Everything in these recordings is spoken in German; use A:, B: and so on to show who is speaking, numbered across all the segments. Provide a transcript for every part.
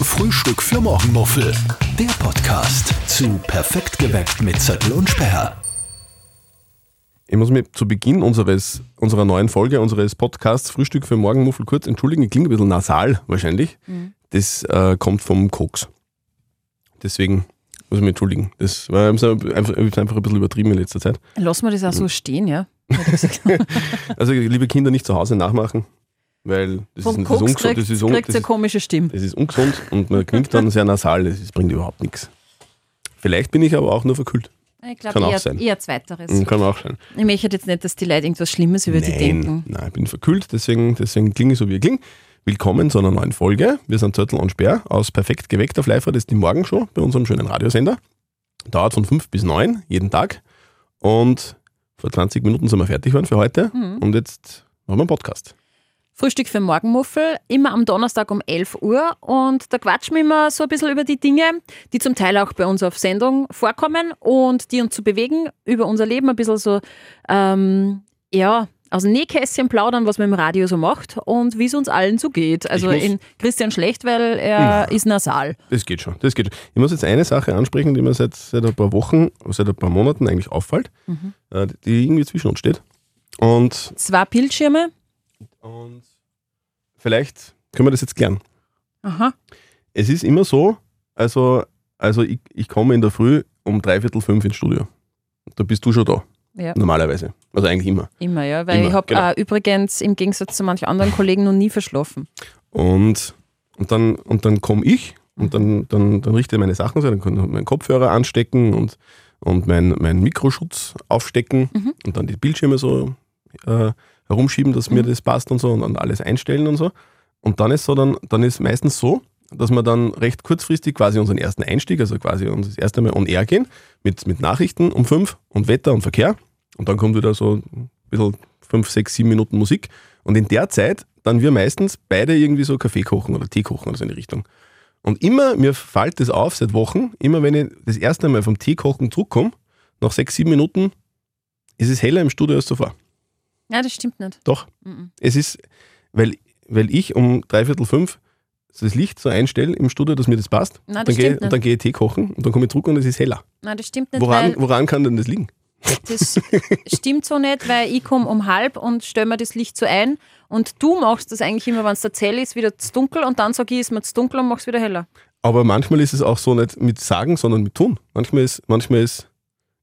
A: Frühstück für Morgenmuffel. Der Podcast zu Perfekt geweckt mit Zettel und Sperr.
B: Ich muss mich zu Beginn unseres, unserer neuen Folge, unseres Podcasts Frühstück für Morgenmuffel kurz entschuldigen. Ich klinge ein bisschen nasal wahrscheinlich.
C: Mhm.
B: Das äh, kommt vom Koks. Deswegen muss ich mich entschuldigen. Das war ich hab's einfach, ich hab's einfach ein bisschen übertrieben in letzter Zeit.
C: Lass mal das
B: Mhm.
C: auch so stehen, ja?
B: Also, liebe Kinder, nicht zu Hause nachmachen, weil das
C: Vom
B: ist, das ist
C: Koks
B: ungesund.
C: kriegt
B: Das ist,
C: es
B: un, das,
C: eine
B: ist,
C: komische Stimme.
B: das ist ungesund und man klingt dann sehr nasal. Das, das bringt überhaupt nichts. Vielleicht bin ich aber auch nur verkühlt.
C: Ich
B: kann
C: glaube,
B: auch
C: eher,
B: sein.
C: eher Zweiteres.
B: Kann auch sein.
C: Ich möchte jetzt nicht, dass die Leute irgendwas Schlimmes über die denken.
B: Nein, ich bin verkühlt, deswegen, deswegen klinge ich so, wie ich klinge. Willkommen zu einer neuen Folge. Wir sind Zörtel und Sperr aus Perfekt geweckt auf Live, das ist die Morgenshow bei unserem schönen Radiosender. Dauert von 5 bis 9 jeden Tag. Und vor 20 Minuten sind wir fertig geworden für heute. Und jetzt machen wir einen Podcast.
C: Frühstück für Morgenmuffel, immer am Donnerstag um 11 Uhr. Und da quatschen wir immer so ein bisschen über die Dinge, die zum Teil auch bei uns auf Sendung vorkommen und die uns zu bewegen, über unser Leben ein bisschen so, ähm, ja, aus dem Nähkästchen plaudern, was man im Radio so macht und wie es uns allen so geht. Also
B: muss-
C: in Christian Schlecht, weil er ist nasal.
B: Das geht schon, das geht schon. Ich muss jetzt eine Sache ansprechen, die mir seit, seit ein paar Wochen, seit ein paar Monaten eigentlich auffällt,
C: Mhm.
B: äh, die irgendwie zwischen uns steht. Und
C: Zwei Bildschirme.
B: Und vielleicht können wir das jetzt klären.
C: Aha.
B: Es ist immer so, also, also ich, ich komme in der Früh um dreiviertel fünf ins Studio. Da bist du schon da,
C: Ja.
B: normalerweise. Also eigentlich immer.
C: Immer, ja, weil
B: Immer,
C: ich habe
B: genau.
C: äh, übrigens im Gegensatz zu manchen anderen Kollegen noch nie verschlafen.
B: Und, und dann, und dann komme ich und dann, dann, dann richte ich meine Sachen so, dann kann ich meinen Kopfhörer anstecken und, und meinen mein Mikroschutz aufstecken und dann die Bildschirme so äh, herumschieben, dass mir das passt und so und dann alles einstellen und so. Und dann ist so dann, dann ist meistens so, dass wir dann recht kurzfristig quasi unseren ersten Einstieg, also quasi uns das erste Mal on air gehen, mit, mit Nachrichten um fünf und Wetter und Verkehr. Und dann kommt wieder so ein bisschen fünf, sechs, sieben Minuten Musik. Und in der Zeit dann wir meistens beide irgendwie so Kaffee kochen oder Tee kochen oder so in die Richtung. Und immer, mir fällt das auf seit Wochen, immer wenn ich das erste Mal vom Tee kochen zurückkomme, nach sechs, sieben Minuten ist es heller im Studio als zuvor.
C: Ja, das stimmt nicht.
B: Doch.
C: Mhm.
B: Es ist, weil, weil ich um dreiviertel fünf das Licht so einstelle im Studio, dass mir das passt.
C: Nein, das
B: dann gehe,
C: stimmt
B: und dann gehe ich Tee kochen und dann komme ich zurück und es ist heller.
C: Nein, das stimmt nicht,
B: Woran,
C: weil
B: woran kann denn das liegen?
C: das stimmt so nicht, weil ich komme um halb und stelle mir das Licht so ein und du machst das eigentlich immer, wenn es der Zelle ist, wieder zu dunkel und dann sage ich, ist mir zu dunkel und mach's wieder heller.
B: Aber manchmal ist es auch so nicht mit Sagen, sondern mit Tun. Manchmal ist, manchmal ist,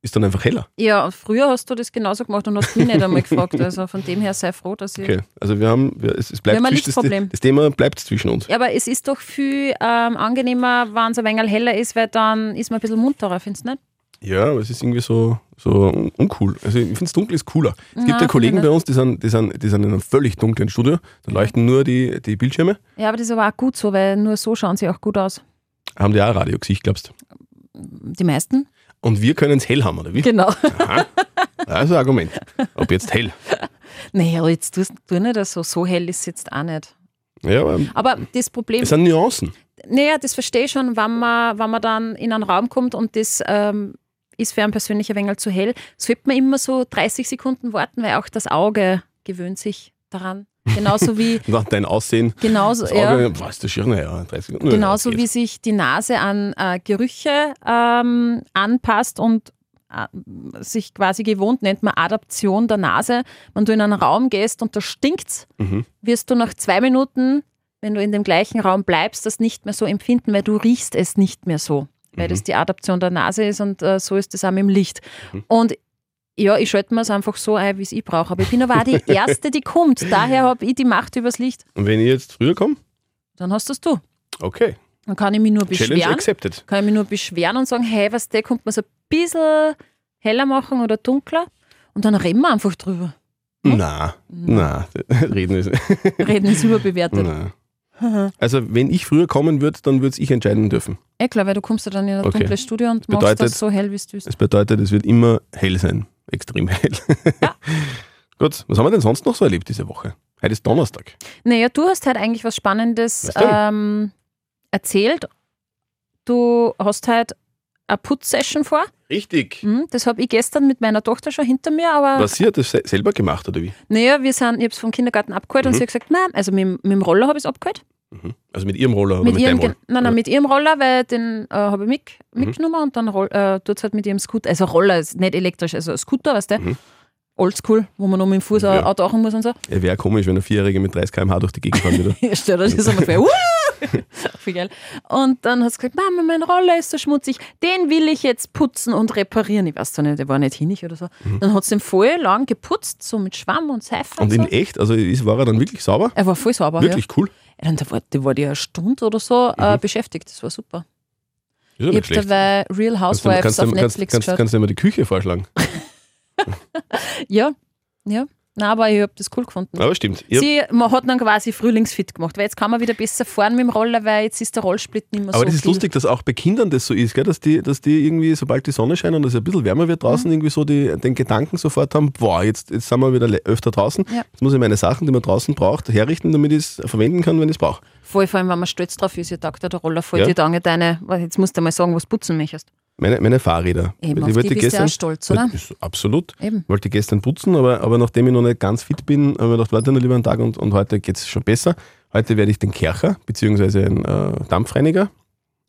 B: ist dann einfach heller.
C: Ja, und früher hast du das genauso gemacht und hast mich nicht einmal gefragt. Also von dem her sei froh, dass ich.
B: Okay. Also wir haben, wir, es, es bleibt
C: Wir haben ein
B: zwischen, das,
C: Lichtproblem.
B: das Thema bleibt zwischen uns.
C: Ja, aber es ist doch viel ähm, angenehmer, wenn es ein wenig heller ist, weil dann ist man ein bisschen munterer, findest du nicht?
B: Ja, aber es ist irgendwie so, so un- uncool. Also ich finde, das Dunkel ist cooler. Es gibt
C: Na,
B: ja Kollegen
C: finde
B: bei uns, die sind, die, sind, die sind in einem völlig dunklen Studio. Da leuchten nur die, die Bildschirme.
C: Ja, aber das ist aber auch gut so, weil nur so schauen sie auch gut aus.
B: Haben die auch ein Radiogesicht, glaubst du?
C: Die meisten?
B: Und wir können es hell haben, oder wie?
C: Genau.
B: Aha. Also Argument. Ob jetzt hell.
C: Naja, aber jetzt tust du nicht so, so hell ist es jetzt auch nicht.
B: Ja, aber
C: Aber das Problem,
B: es sind Nuancen.
C: naja, das verstehe ich schon, wenn man, wenn man dann in einen Raum kommt und das ähm, ist für einen persönlich ein wenig zu hell, sollte man immer so 30 Sekunden warten, weil auch das Auge gewöhnt sich daran. Genauso wie,
B: Nach dein Aussehen.
C: genauso,
B: Das
C: ja, Genau
B: Auge, was ist der Schirr? Naja, 30 Minuten.
C: genauso
B: Ja,
C: wie sich die Nase an äh, Gerüche ähm, anpasst und äh, sich quasi gewohnt, nennt man Adaption der Nase. Wenn du in einen Raum gehst und da stinkt's,
B: Mhm.
C: wirst du nach zwei Minuten, wenn du in dem gleichen Raum bleibst, das nicht mehr so empfinden, weil du riechst es nicht mehr so, weil
B: Mhm.
C: das die Adaption der Nase ist und äh, so ist das auch mit dem Licht.
B: Mhm.
C: Und ja, ich schalte mir es einfach so ein, wie es ich brauche. Aber ich bin aber auch die Erste, die kommt. Daher habe ich die Macht übers Licht.
B: Und wenn ich jetzt früher komme,
C: Dann hast das du.
B: okay.
C: Dann kann ich mich nur
B: Challenge
C: beschweren.
B: accepted.
C: Kann ich mich nur beschweren und sagen, hey, was der kommt man so ein bisschen heller machen oder dunkler. Und dann reden wir einfach drüber.
B: Na, na, reden ist
C: Reden ist überbewertet.
B: Nein. Also, wenn ich früher kommen würde, dann würde ich entscheiden dürfen.
C: Ja klar, weil du kommst ja dann in ein
B: Okay.
C: dunkles Studio und
B: Das
C: machst
B: bedeutet-
C: das so hell, wie es du
B: Das bedeutet, es wird immer hell sein. Extrem hell. Gut, was haben wir denn sonst noch so erlebt diese Woche? Heute ist Donnerstag.
C: Naja, du hast halt eigentlich was Spannendes
B: Was denn?
C: ähm, erzählt. Du hast halt eine Putzsession vor.
B: Richtig.
C: Hm, das habe ich gestern mit meiner Tochter schon hinter mir, aber
B: Mhm. Was sie hat das se- selber gemacht, oder wie? Mhm.
C: naja, wir sind, ich habe es vom Kindergarten abgeholt und sie hat gesagt, Mom, also mit, dem- mit dem Roller habe ich es abgeholt.
B: Also mit ihrem Roller oder
C: Mit
B: mit deinem
C: ihrem,
B: Roller? Mhm.
C: Gen- nein, nein, mit ihrem Roller, weil den äh, habe ich mit, mitgenommen und dann roll- äh, tut es halt mit ihrem Scooter, also Roller ist nicht elektrisch, also ein Scooter, weißt du? Oldschool, wo man noch mit dem Fuß
B: Mhm. Ja.
C: ja. auftauchen muss und so.
B: Ja, Wäre komisch, wenn ein Vierjähriger mit 30 km/h durch die Gegend fahren würde.
C: Stell dir das jetzt einmal vor. Uh! Voll geil. Und dann hat sie gesagt, Mama, mein Roller ist so schmutzig, den will ich jetzt putzen und reparieren. Ich weiß zwar nicht, der war nicht hinig oder so. Dann hat sie den voll lang geputzt, so mit Schwamm und Seife.
B: Mhm. Und
C: so.
B: in echt, also ist, war er dann wirklich sauber?
C: Er war voll sauber.
B: Wirklich cool.
C: Ja. Dann da war, da war die eine Stunde oder so äh, beschäftigt. Das war super.
B: Ist ja
C: ich
B: nicht
C: habe
B: schlecht.
C: dabei Real
B: Kannst du,
C: Housewives
B: kannst,
C: auf
B: du, kannst,
C: Netflix
B: kannst,
C: geschaut.
B: kannst du immer die Küche vorschlagen.
C: Ja, ja. Nein, aber ich habe das cool gefunden.
B: Aber stimmt. Ihr,
C: Sie, man hat dann quasi frühlingsfit gemacht, weil jetzt kann man wieder besser fahren mit dem Roller, weil jetzt ist der Rollsplit nicht mehr
B: aber
C: so
B: das ist
C: viel.
B: lustig, dass auch bei Kindern das so ist, gell? Dass, die, dass die irgendwie, sobald die Sonne scheint und es ein bisschen wärmer wird
C: Mhm.
B: draußen, irgendwie so die, den Gedanken sofort haben, boah, jetzt, jetzt sind wir wieder le- öfter draußen.
C: Ja.
B: Jetzt muss ich meine Sachen, die man draußen braucht, herrichten, damit ich es verwenden kann, wenn ich es brauche.
C: Voll, vor allem, wenn man stolz drauf ist, ihr taugt ja der Roller voll,
B: Ja.
C: dir taugen deine, weil jetzt musst du mal sagen, was putzen möchtest.
B: Meine, meine Fahrräder.
C: Eben,
B: Weil
C: auf die bist du ja auch stolz, oder?
B: Ist- Absolut.
C: Eben.
B: Mhm. Wollte gestern putzen, aber, aber nachdem ich noch nicht ganz fit bin, habe ich mir gedacht, warte noch lieber einen Tag und, und heute geht es schon besser. Heute werde ich den Kercher, beziehungsweise einen äh, Dampfreiniger,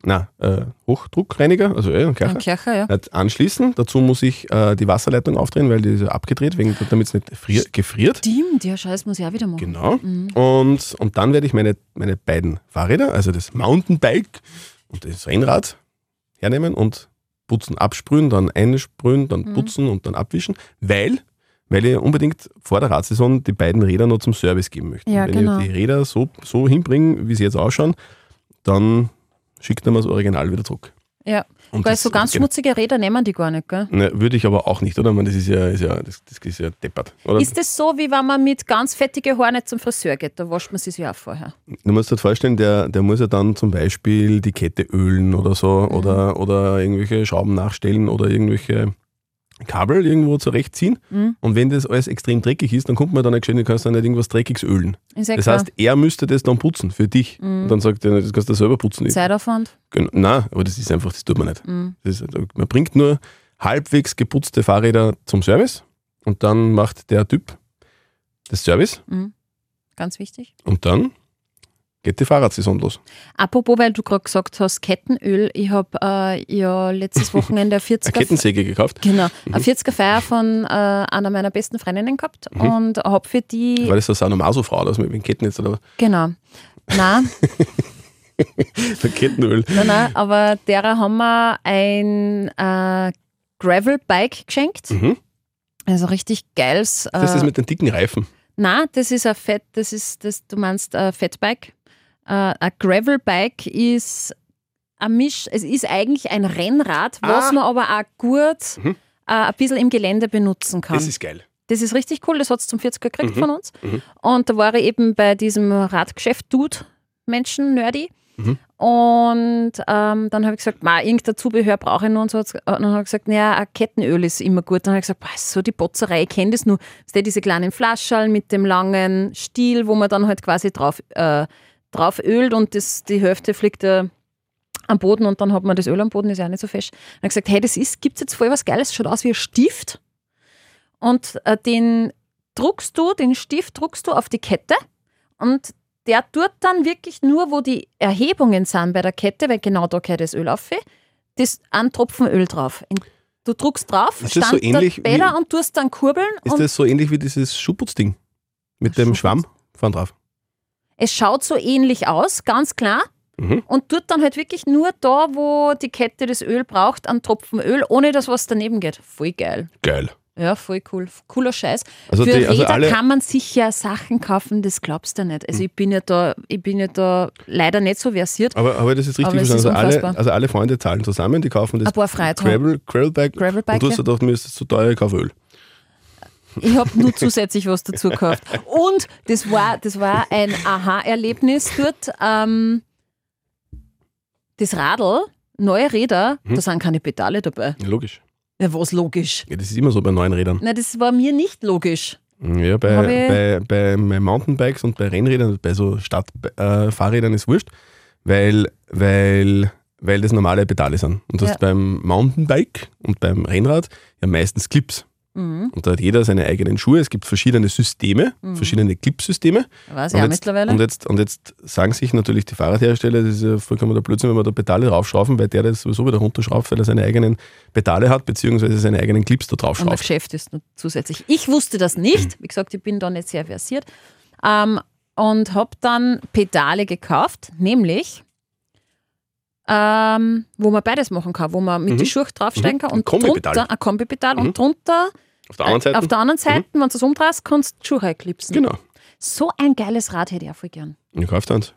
B: na, äh, Hochdruckreiniger, also äh, einen Kercher,
C: Ein Kercher, ja.
B: nicht anschließen. Dazu muss ich äh, die Wasserleitung aufdrehen, weil die ist ja abgedreht, damit es nicht frier, gefriert.
C: Stimmt, ja, Scheiß muss ich auch wieder machen. Mhm.
B: Genau. Und, und dann werde ich meine, meine beiden Fahrräder, also das Mountainbike und das Rennrad, hernehmen und putzen, absprühen, dann einsprühen,
C: Mhm.
B: dann putzen und dann abwischen, weil, weil ich unbedingt vor der Radsaison die beiden Räder noch zum Service geben möchte.
C: Ja,
B: Wenn
C: genau.
B: ich die Räder so, so hinbringe, wie sie jetzt ausschauen, dann schickt er mir das Original wieder zurück.
C: Ja.
B: Und
C: Weil
B: das-
C: so ganz
B: genau.
C: schmutzige Räder nehmen die gar nicht, gell?
B: Ne, würde ich aber auch nicht, oder? Ich meine, das ist ja, ist ja, das, das ist ja deppert. Oder?
C: Ist das so, wie wenn man mit ganz fettigen Haaren nicht zum Friseur geht? Da wascht man sich ja auch vorher.
B: Du musst dir das vorstellen, der, der muss ja dann zum Beispiel die Kette ölen oder so
C: Mhm.
B: oder, oder irgendwelche Schrauben nachstellen oder irgendwelche Kabel irgendwo zurechtziehen.
C: Mhm.
B: Und wenn das alles extrem dreckig ist, dann kommt man dann nicht schön, du kannst dann nicht irgendwas Dreckiges ölen.
C: Ist ja
B: Das
C: klar. Mhm.
B: heißt, er müsste das dann putzen für dich. Und dann sagt er, das kannst du selber putzen. Ich-
C: Zeitaufwand.
B: Genau. Nein, aber das ist einfach, das tut man nicht.
C: Mhm.
B: Das ist, man bringt nur halbwegs geputzte Fahrräder zum Service und dann macht der Typ das Service
C: Mhm. Ganz wichtig.
B: und dann geht die Fahrradsaison los.
C: Apropos, weil du gerade gesagt hast, Kettenöl. Ich habe äh, ja letztes Wochenende eine 40er
B: Eine Kettensäge gekauft.
C: Genau, eine 40er Feier von äh, einer meiner besten Freundinnen gehabt
B: Mhm.
C: und habe für die.
B: War das so eine Maso-Frau, dass mit den Ketten jetzt oder
C: Genau. Nein,
B: der Kettenöl.
C: nein, nein, aber derer haben wir ein äh, Gravel-Bike geschenkt.
B: Mhm.
C: Also richtig geiles. Äh,
B: Das ist mit den dicken Reifen.
C: nein, das ist ein Fett, das ist, das, du meinst ein Fettbike. Äh, ein Gravel-Bike ist ein Misch, es ist eigentlich ein Rennrad, was
B: Ah.
C: man aber auch gut
B: Mhm.
C: äh, ein bisschen im Gelände benutzen kann.
B: Das ist geil.
C: Das ist richtig cool, das hat es zum 40er gekriegt
B: Mhm,
C: von uns.
B: mhm.
C: Und da war ich eben bei diesem Radgeschäft-Dude-Menschen, Nerdy.
B: Mhm.
C: Und ähm, dann habe ich gesagt, ma, irgendein Zubehör brauche ich noch. Und, so. hat's- und dann habe ich gesagt, naja, ein Kettenöl ist immer gut. Dann habe ich gesagt, boah, so die Botzerei, ich kenne das nur. Ist ja diese kleinen Flascheln mit dem langen Stiel, wo man dann halt quasi drauf, äh, drauf ölt und das, die Hälfte fliegt äh, am Boden und dann hat man das Öl am Boden, ist ja auch nicht so fest. Dann habe ich gesagt, hey, das ist, gibt's jetzt voll was Geiles, schaut aus wie ein Stift und äh, den druckst du, den Stift druckst du auf die Kette und der tut dann wirklich nur, wo die Erhebungen sind bei der Kette, weil genau da gehört das Öl auf, das einen Tropfen Öl drauf. In- Du druckst drauf,
B: Ist das so ähnlich wie-
C: Bäder und tust dann kurbeln
B: Ist
C: und
B: das so ähnlich wie dieses Schuhputzding mit dem
C: Schuhputz-
B: Schwamm vorn drauf?
C: es schaut so ähnlich aus, ganz klar.
B: Mhm.
C: Und tut dann halt wirklich nur da, wo die Kette das Öl braucht, einen Tropfen Öl, ohne dass was daneben geht. Voll geil.
B: Geil.
C: Ja, voll cool. Cooler Scheiß.
B: Also
C: Für
B: die- also
C: Räder
B: alle- Mhm.
C: kann man sicher Sachen kaufen, das glaubst du nicht. Also ich bin ja da, ich bin ja da leider nicht so versiert.
B: Aber, aber das ist richtig
C: Aber es
B: verstanden.
C: ist
B: also, alle,
C: unfassbar.
B: also alle Freunde zahlen zusammen, die kaufen das
C: Ein paar Freitage.
B: Gravel, Gravelbike,
C: Gravelbike,
B: und du hast
C: ja.
B: gedacht, mir ist das zu teuer, ich kaufe Öl.
C: Ich habe nur zusätzlich was dazu gekauft. Und das war, das war ein Aha-Erlebnis dort. Ähm, das Radl, neue Räder,
B: Mhm.
C: da sind keine Pedale dabei.
B: Ja, logisch.
C: Ja, was logisch.
B: Ja, das ist immer so bei neuen Rädern.
C: Na, das war mir nicht logisch.
B: Ja,
C: Hab
B: bei, bei,
C: ich-
B: bei meinen Mountainbikes und bei Rennrädern, bei so Stadtfahrrädern äh, Fahrrädern ist wurscht, weil, weil, weil das normale Pedale sind. Und das
C: Ja.
B: ist beim Mountainbike und beim Rennrad ja meistens Clips.
C: Mhm.
B: Und da hat jeder seine eigenen Schuhe. Es gibt verschiedene Systeme, verschiedene Clipsysteme.
C: Weiß
B: und
C: ich auch
B: jetzt,
C: mittlerweile.
B: Und jetzt, und jetzt sagen sich natürlich die Fahrradhersteller, das ist ja vollkommen der Blödsinn, wenn wir da Pedale raufschrauben, weil der das sowieso wieder runterschraubt, weil er seine eigenen Pedale hat, beziehungsweise seine eigenen Clips da
C: Und mein
B: draufschraubt.
C: Geschäft ist noch zusätzlich. Ich wusste das nicht. Wie gesagt, ich bin da nicht sehr versiert. Ähm, und habe dann Pedale gekauft, nämlich, ähm, wo man beides machen kann, wo man mit
B: Mhm.
C: die Schuhe draufsteigen kann
B: Ein
C: und
B: Kombipedal.
C: drunter, ein Kombipedal
B: Mhm.
C: und drunter,
B: Auf der anderen
C: äh,
B: Seite? Mhm.
C: auf der anderen Seite, wenn du es umdrehst, kannst du die Schuhe klipsen.
B: genau.
C: So ein geiles Rad hätte ich auch voll gern.
B: Ja, kauft eins.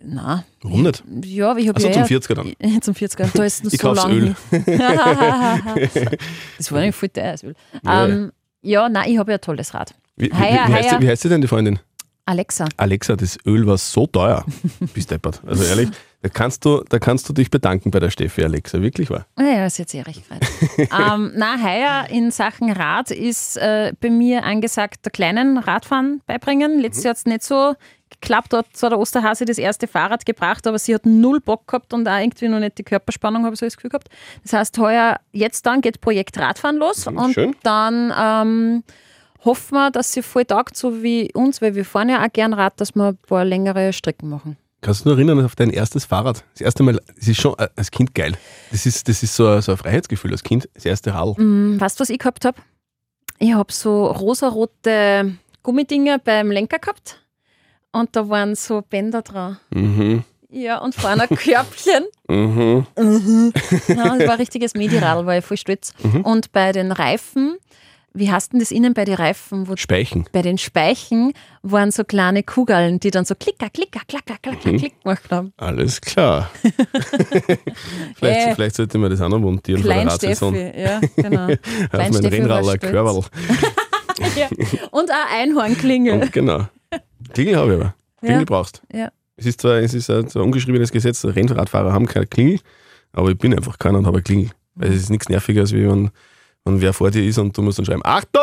C: Na,
B: Warum nicht?
C: ja, ich habe
B: Also
C: ja
B: zum
C: ja-
B: 40er dann.
C: Zum 40er, da ist noch
B: Ich
C: so
B: kauf's
C: lang.
B: Öl.
C: hin. das war nämlich voll teuer, das Öl.
B: Ja,
C: Ähm, ja, nein, ich habe ja ein tolles Rad.
B: Wie, wie, wie,
C: Heuer,
B: heißt,
C: heuer.
B: die- wie heißt sie denn, die Freundin?
C: Alexa.
B: Alexa, das Öl war so teuer. Bist deppert. Also ehrlich, da kannst, du, da kannst du dich bedanken bei der Steffi, Alexa. Wirklich wahr.
C: Naja, ist jetzt eh recht gerade. ähm, na, heuer in Sachen Rad ist äh, bei mir angesagt, der kleinen Radfahren beibringen.
B: Mhm.
C: Letztes Jahr hat es nicht so geklappt. Da hat zwar der Osterhase das erste Fahrrad gebracht, aber sie hat null Bock gehabt und auch irgendwie noch nicht die Körperspannung, habe ich so das Gefühl gehabt. Das heißt, heuer, jetzt dann geht Projekt Radfahren los
B: Mhm,
C: und
B: schön.
C: dann ähm, hoffen wir, dass sie voll taugt, so wie uns, weil wir fahren ja auch gern Rad, dass wir ein paar längere Strecken machen.
B: Kannst du dich erinnern auf dein erstes Fahrrad? Das erste Mal, es ist schon äh, als Kind geil. Das ist, das ist so, ein- so ein Freiheitsgefühl als Kind, das erste Radl.
C: Mm, Weißt du, was ich gehabt habe? Ich habe so rosarote Gummidinger beim Lenker gehabt und da waren so Bänder dran.
B: Mhm.
C: Ja, und vorne ein Körbchen.
B: Mhm.
C: Nein, das war ein richtiges Mediradl, war ich voll stolz. Und bei den Reifen, wie heißt denn das innen bei den Reifen? Wo
B: Speichen.
C: bei den Speichen waren so kleine Kugeln, die dann so klicker, klicker, klacker, klacker, klick gemacht haben.
B: Alles klar. vielleicht,
C: Äh.
B: vielleicht sollte man das auch noch montieren vor der
C: Klein
B: Radsaison.
C: Steffi, ja, genau.
B: Auf
C: Klein
B: mein
C: Steffi war
B: Rennradler
C: stolz.
B: Körperl.
C: ja. Und eine Einhornklingel.
B: Und genau. Klingel habe ich aber. Klingel
C: Ja.
B: brauchst.
C: Ja.
B: Es ist zwar, es ist ein, zwar ein ungeschriebenes Gesetz, Rennradfahrer haben keine Klingel, aber ich bin einfach keiner und habe eine Klingel. Weil es ist nichts nerviger, als wenn, wenn wer vor dir ist und du musst dann schreiben, Achtung!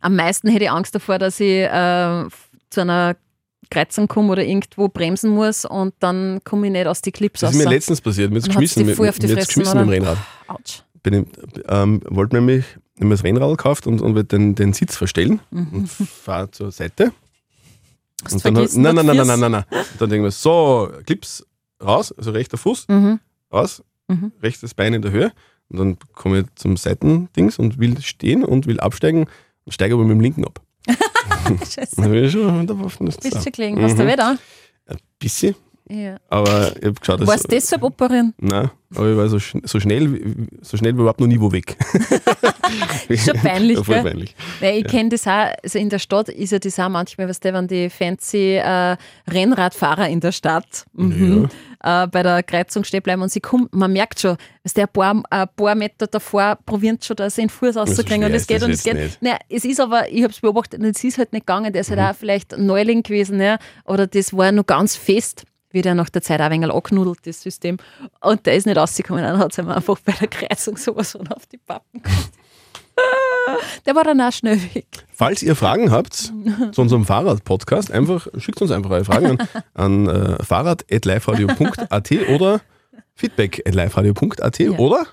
C: Am meisten hätte ich Angst davor, dass ich äh, f- zu einer Kreuzung komme oder irgendwo bremsen muss und dann komme ich nicht aus die Clips
B: Das
C: raus.
B: ist mir letztens passiert, mir hat
C: Dann hat's
B: geschmissen,
C: dich
B: mit,
C: voll auf die
B: mir hat's
C: Fresse,
B: geschmissen mit dem Rennrad.
C: Autsch.
B: Bin ich, ähm, wollte nämlich hab mir das Rennrad gekauft und, und wollte den, den Sitz verstellen
C: Mhm.
B: und fahre zur Seite.
C: Hast
B: Und
C: du
B: dann,
C: vergessen,
B: nein, nein,
C: was
B: nein, nein,
C: fürs-
B: nein, nein, nein. Und dann denken wir, so, Clips raus, also rechter Fuß,
C: Mhm.
B: aus,
C: Mhm.
B: rechtes Bein in der Höhe und dann komme ich zum Seitendings und will stehen und will absteigen und steige aber mit dem linken ab.
C: Scheiße.
B: Dann bin ich schon da offen, das
C: Bist
B: ist
C: du
B: ein
C: gelegen? Hast du
B: Mhm.
C: wieder?
B: bisschen,
C: Ja.
B: aber ich habe geschaut, dass...
C: Warst du deshalb operieren?
B: Nein, aber ich war so, schn- so schnell, wie- so schnell wie überhaupt noch nie wo weg.
C: Ist schon peinlich,
B: Ja, voll
C: gell?
B: peinlich.
C: Weil ich kenne das auch, also in der Stadt ist ja das auch manchmal, was der, wenn die fancy äh, Rennradfahrer in der Stadt mhm, äh, bei der Kreuzung stehen bleiben und sie kommen, man merkt schon, was der ein paar, ein paar Meter davor probieren schon, dass sie den Fuß rauszukriegen
B: schwer
C: und es
B: ist
C: geht
B: das
C: und es
B: jetzt
C: geht.
B: nicht. Mhm.
C: Nein, es ist aber, ich habe es beobachtet, und es ist halt nicht gegangen, der ist halt auch vielleicht ein Neuling gewesen, ja, oder das war noch ganz fest. Wird ja nach der Zeit auch ein wenig angeknudelt, das System. Und der ist nicht rausgekommen, dann hat es ihm einfach bei der Kreuzung sowas von auf die Pappen gehabt. Der war dann auch schnell weg.
B: Falls ihr Fragen habt zu unserem Fahrrad-Podcast, einfach schickt uns einfach eure Fragen an, an äh, fahrrad.liferadio.at oder feedback.liferadio.at
C: Ja.
B: oder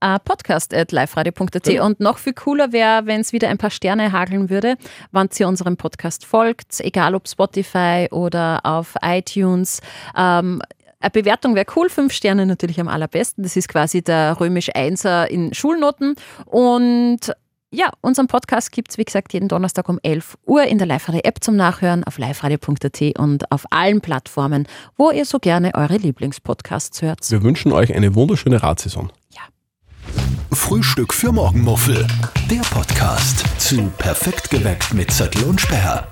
C: äh, podcast at liveradio.at.
B: Genau.
C: Und noch viel cooler wäre, wenn es wieder ein paar Sterne hageln würde, wenn ihr unserem Podcast folgt, egal ob Spotify oder auf iTunes. Ähm, eine Bewertung wäre cool, fünf Sterne natürlich am allerbesten. Das ist quasi der römisch Einser in Schulnoten. Und ja, unseren Podcast gibt es, wie gesagt, jeden Donnerstag um 11 Uhr in der Live-Radio-App zum Nachhören auf liveradio.at und auf allen Plattformen, wo ihr so gerne eure Lieblingspodcasts hört.
B: wir wünschen euch eine wunderschöne Radsaison.
A: Frühstück für Morgenmuffel. Der Podcast zu Perfekt geweckt mit Zettel und Sperr.